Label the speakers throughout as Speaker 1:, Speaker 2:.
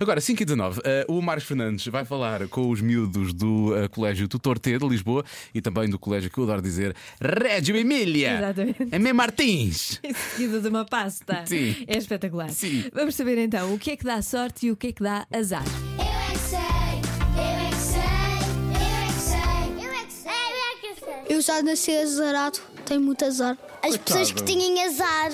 Speaker 1: Agora, 5 e 19, eh, o Marcos Fernandes vai falar com os miúdos do eh, Colégio Tutor T de Lisboa e também do colégio que eu adoro dizer, Régio Emília.
Speaker 2: Exatamente.
Speaker 1: Amém Martins.
Speaker 2: Em seguida de uma pasta.
Speaker 1: Sim.
Speaker 2: É espetacular.
Speaker 1: Sim.
Speaker 2: Vamos saber então o que é que dá sorte e o que é que dá azar.
Speaker 3: Eu é que sei, eu é que sei, eu é que sei, eu é que sei, eu é que sei.
Speaker 4: Eu já nasci azarado, tenho muito azar.
Speaker 5: As pessoas que têm azar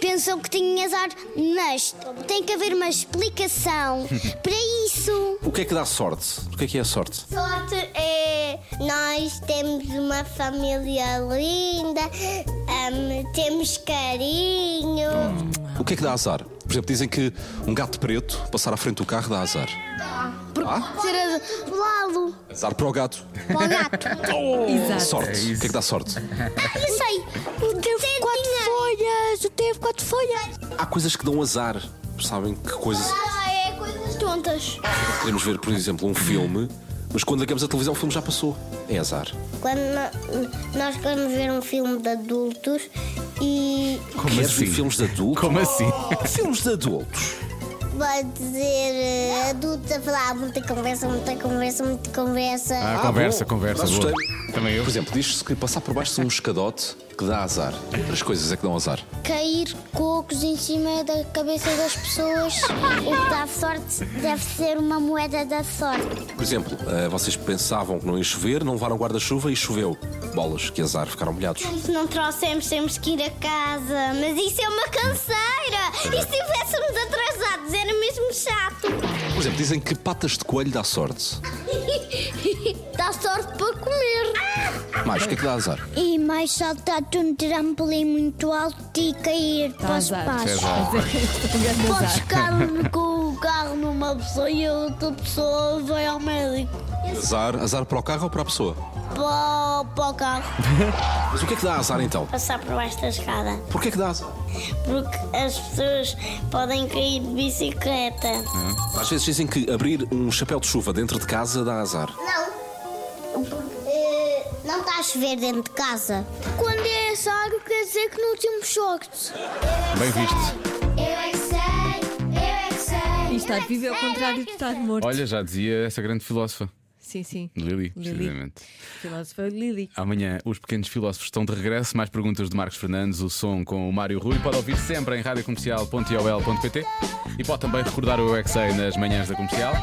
Speaker 5: pensam que têm azar, mas tem que haver uma explicação para isso.
Speaker 6: O que é que dá sorte? O que é que é a sorte?
Speaker 5: Sorte é nós temos uma família linda, hum, temos carinho.
Speaker 6: O que é que dá azar? Por exemplo, dizem que um gato preto passar à frente do carro dá azar. Dá?
Speaker 5: Ser azulado.
Speaker 6: Azar para o gato.
Speaker 5: Para o gato.
Speaker 2: Exato.
Speaker 6: Sorte. o que é que dá sorte?
Speaker 5: Ah, eu sei. Teve quatro folhas. Teve quatro folhas.
Speaker 6: Há coisas que dão azar. Sabem que coisas.
Speaker 5: É coisas tontas.
Speaker 6: Podemos ver, por exemplo, um filme, mas quando ligamos a televisão, o filme já passou. É azar.
Speaker 5: Quando no- nós queremos ver um filme de adultos e
Speaker 1: Como
Speaker 6: Queres ver filmes de adultos?
Speaker 1: Como assim?
Speaker 6: Filmes de adultos.
Speaker 5: vai dizer eh, adultos a falar muita conversa, muita conversa, muita conversa.
Speaker 1: Ah, conversa,
Speaker 6: bom.
Speaker 1: conversa,
Speaker 6: Mas
Speaker 1: boa.
Speaker 6: gostei.
Speaker 1: Também eu.
Speaker 6: Por exemplo, diz-se que passar por baixo de um escadote que dá azar. Outras coisas é que dão azar.
Speaker 5: Cair cocos em cima da cabeça das pessoas. o que dá sorte deve ser uma moeda da sorte.
Speaker 6: Por exemplo, eh, vocês pensavam que não ia chover, não levaram guarda-chuva e choveu. Bolas, que azar, ficaram molhados.
Speaker 5: Se não trouxemos, temos que ir a casa. Mas isso é uma canseira! E se estivéssemos atrasados, era mesmo chato.
Speaker 6: Por exemplo, dizem que patas de coelho dá sorte.
Speaker 5: dá sorte para comer.
Speaker 6: Mais, o que é que dá azar?
Speaker 5: E mais saltar de um trampolim muito alto e cair
Speaker 2: Tá,
Speaker 5: para os
Speaker 2: azar.
Speaker 5: pais. Podes ficar com o carro numa pessoa e a outra pessoa vai ao médico.
Speaker 6: Azar, azar para o carro ou para a pessoa?
Speaker 5: Para, para o carro.
Speaker 6: Mas o que é que dá azar então?
Speaker 5: Passar por baixo da escada.
Speaker 6: Porquê que dá azar?
Speaker 5: Porque as pessoas podem cair de bicicleta.
Speaker 6: Às vezes dizem que abrir um chapéu de chuva dentro de casa dá azar.
Speaker 5: Não. Eh, não está a chover dentro de casa. Quando é azar, quer dizer que não temos sorte.
Speaker 1: Bem visto.
Speaker 3: Eu é que sei, eu é que sei.
Speaker 2: E estar vivo é o contrário de estar morto.
Speaker 1: Olha, já dizia essa grande filósofa,
Speaker 2: Sim, sim.
Speaker 1: Lili,
Speaker 2: Lili.
Speaker 1: precisamente.
Speaker 2: Filósofa Lili.
Speaker 1: Amanhã os pequenos filósofos estão de regresso. Mais perguntas de Marcos Fernandes, o som com o Mário Rui. Pode ouvir sempre em radiocomercial.iol.pt e pode também recordar o UXA nas manhãs da comercial.